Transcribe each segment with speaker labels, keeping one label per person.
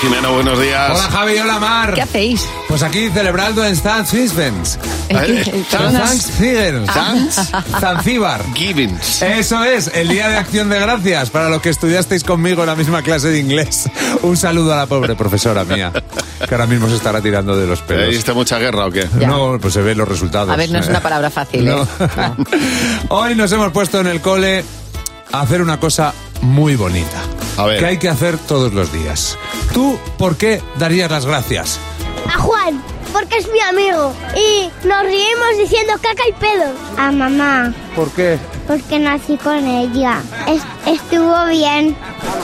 Speaker 1: Jimeno, buenos días.
Speaker 2: Hola Javi, hola Mar.
Speaker 3: ¿Qué hacéis?
Speaker 2: Pues aquí celebrando en Thanksgiving.
Speaker 3: ¿El qué?
Speaker 1: Eh,
Speaker 3: ¿El
Speaker 1: Thanks-
Speaker 3: Jonas?
Speaker 2: Thanksgiving.
Speaker 3: Ah.
Speaker 1: Thanks-
Speaker 2: Zanzíbar.
Speaker 1: Givings.
Speaker 2: Eso es, el Día de Acción de Gracias para los que estudiasteis conmigo en la misma clase de inglés. Un saludo a la pobre profesora mía, que ahora mismo se estará tirando de los
Speaker 1: ¿Ahí
Speaker 2: pelos.
Speaker 1: está mucha guerra o qué?
Speaker 3: Ya.
Speaker 2: No, pues se ven los resultados.
Speaker 3: A ver, no es una palabra fácil, ¿eh?
Speaker 2: Pues, No. Hoy nos hemos puesto en el cole a hacer una cosa muy bonita.
Speaker 1: A ver.
Speaker 2: Que hay que hacer todos los días. ¿Tú por qué darías las gracias?
Speaker 4: A Juan, porque es mi amigo. Y nos reímos diciendo caca y pedo. A mamá,
Speaker 2: ¿Por qué?
Speaker 4: porque nací con ella. estuvo bien.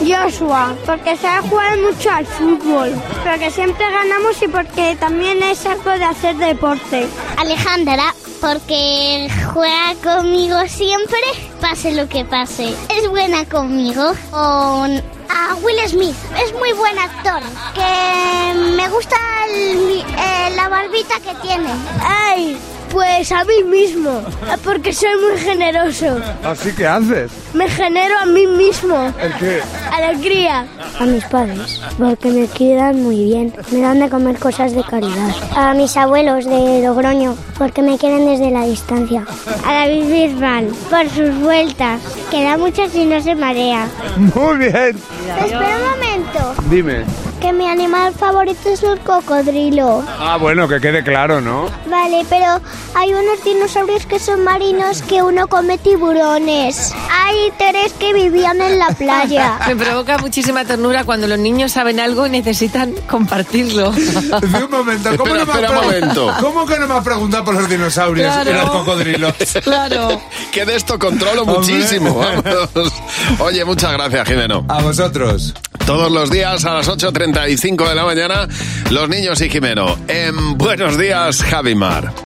Speaker 4: Joshua, porque sabe jugar mucho al fútbol. Porque siempre ganamos y porque también es algo de hacer deporte. Alejandra, porque juega conmigo siempre, pase lo que pase. Es buena conmigo. Con a Will Smith, es muy buen actor. Que me gusta el- eh, la barbita que tiene. ¡Ay! Pues a mí mismo, porque soy muy generoso.
Speaker 2: Así que haces.
Speaker 4: Me genero a mí mismo.
Speaker 2: qué?
Speaker 4: Alegría. A mis padres, porque me cuidan muy bien. Me dan de comer cosas de caridad. A mis abuelos de Logroño, porque me quieren desde la distancia. A David Bisbal, por sus vueltas, que da muchas y no se marea.
Speaker 2: Muy bien.
Speaker 4: Espera un momento,
Speaker 2: Dime.
Speaker 4: que mi animal favorito es el cocodrilo.
Speaker 2: Ah, bueno, que quede claro, ¿no?
Speaker 4: Vale, pero hay unos dinosaurios que son marinos que uno come tiburones. Hay tres que vivían en la playa.
Speaker 3: Me provoca muchísima ternura cuando los niños saben algo y necesitan compartirlo.
Speaker 2: De un momento,
Speaker 1: Espera,
Speaker 2: ¿cómo no me has
Speaker 1: espera un
Speaker 2: pregun-
Speaker 1: momento.
Speaker 2: ¿Cómo que no me has preguntado por los dinosaurios
Speaker 3: Claro.
Speaker 2: y los cocodrilos?
Speaker 3: Claro.
Speaker 1: Que de esto controlo
Speaker 2: Hombre.
Speaker 1: muchísimo. vamos. Oye, muchas gracias, Jimeno.
Speaker 2: A vosotros.
Speaker 1: Todos los días a las 8.35 de la mañana, los niños y Jimeno. En Buenos Días, Javimar.